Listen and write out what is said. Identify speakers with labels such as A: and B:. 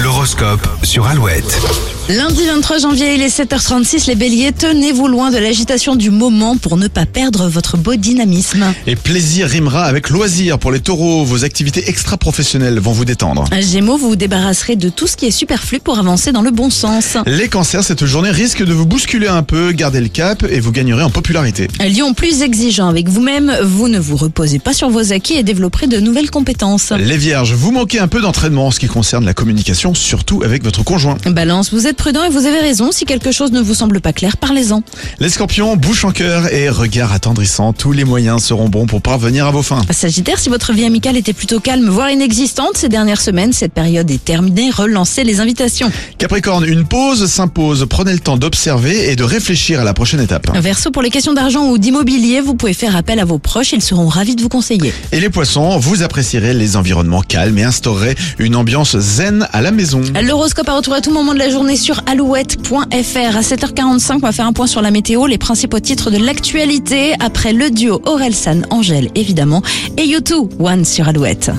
A: L'horoscope sur Alouette.
B: Lundi 23 janvier, il est 7h36, les béliers, tenez-vous loin de l'agitation du moment pour ne pas perdre votre beau dynamisme.
C: Et plaisir rimera avec loisir pour les taureaux. Vos activités extra-professionnelles vont vous détendre.
B: Gémeaux, vous vous débarrasserez de tout ce qui est superflu pour avancer dans le bon sens.
C: Les cancers, cette journée risque de vous bousculer un peu. Gardez le cap et vous gagnerez en popularité.
B: Lion, plus exigeant avec vous-même, vous ne vous reposez pas sur vos acquis et développerez de nouvelles compétences.
C: Les vierges, vous manquez un peu d'entraînement en ce qui concerne la communication, surtout avec votre conjoint.
B: Balance, vous êtes prudent et vous avez raison, si quelque chose ne vous semble pas clair, parlez-en.
C: Les scorpions, bouche en cœur et regard attendrissant. Tous les moyens seront bons pour parvenir à vos fins.
B: Sagittaire, si votre vie amicale était plutôt calme, voire inexistante ces dernières semaines, cette période est terminée, relancez les invitations.
C: Capricorne, une pause s'impose. Prenez le temps d'observer et de réfléchir à la prochaine étape.
B: Verseau, pour les questions d'argent ou d'immobilier, vous pouvez faire appel à vos proches, ils seront ravis de vous conseiller.
C: Et les poissons, vous apprécierez les environnements calmes et instaurerez une ambiance zen à la maison.
B: L'horoscope à retour à tout moment de la journée sur alouette.fr. À 7h45, on va faire un point sur la météo, les principaux titres de l'actualité, après le duo Orelsan, Angèle évidemment, et YouTube One sur Alouette.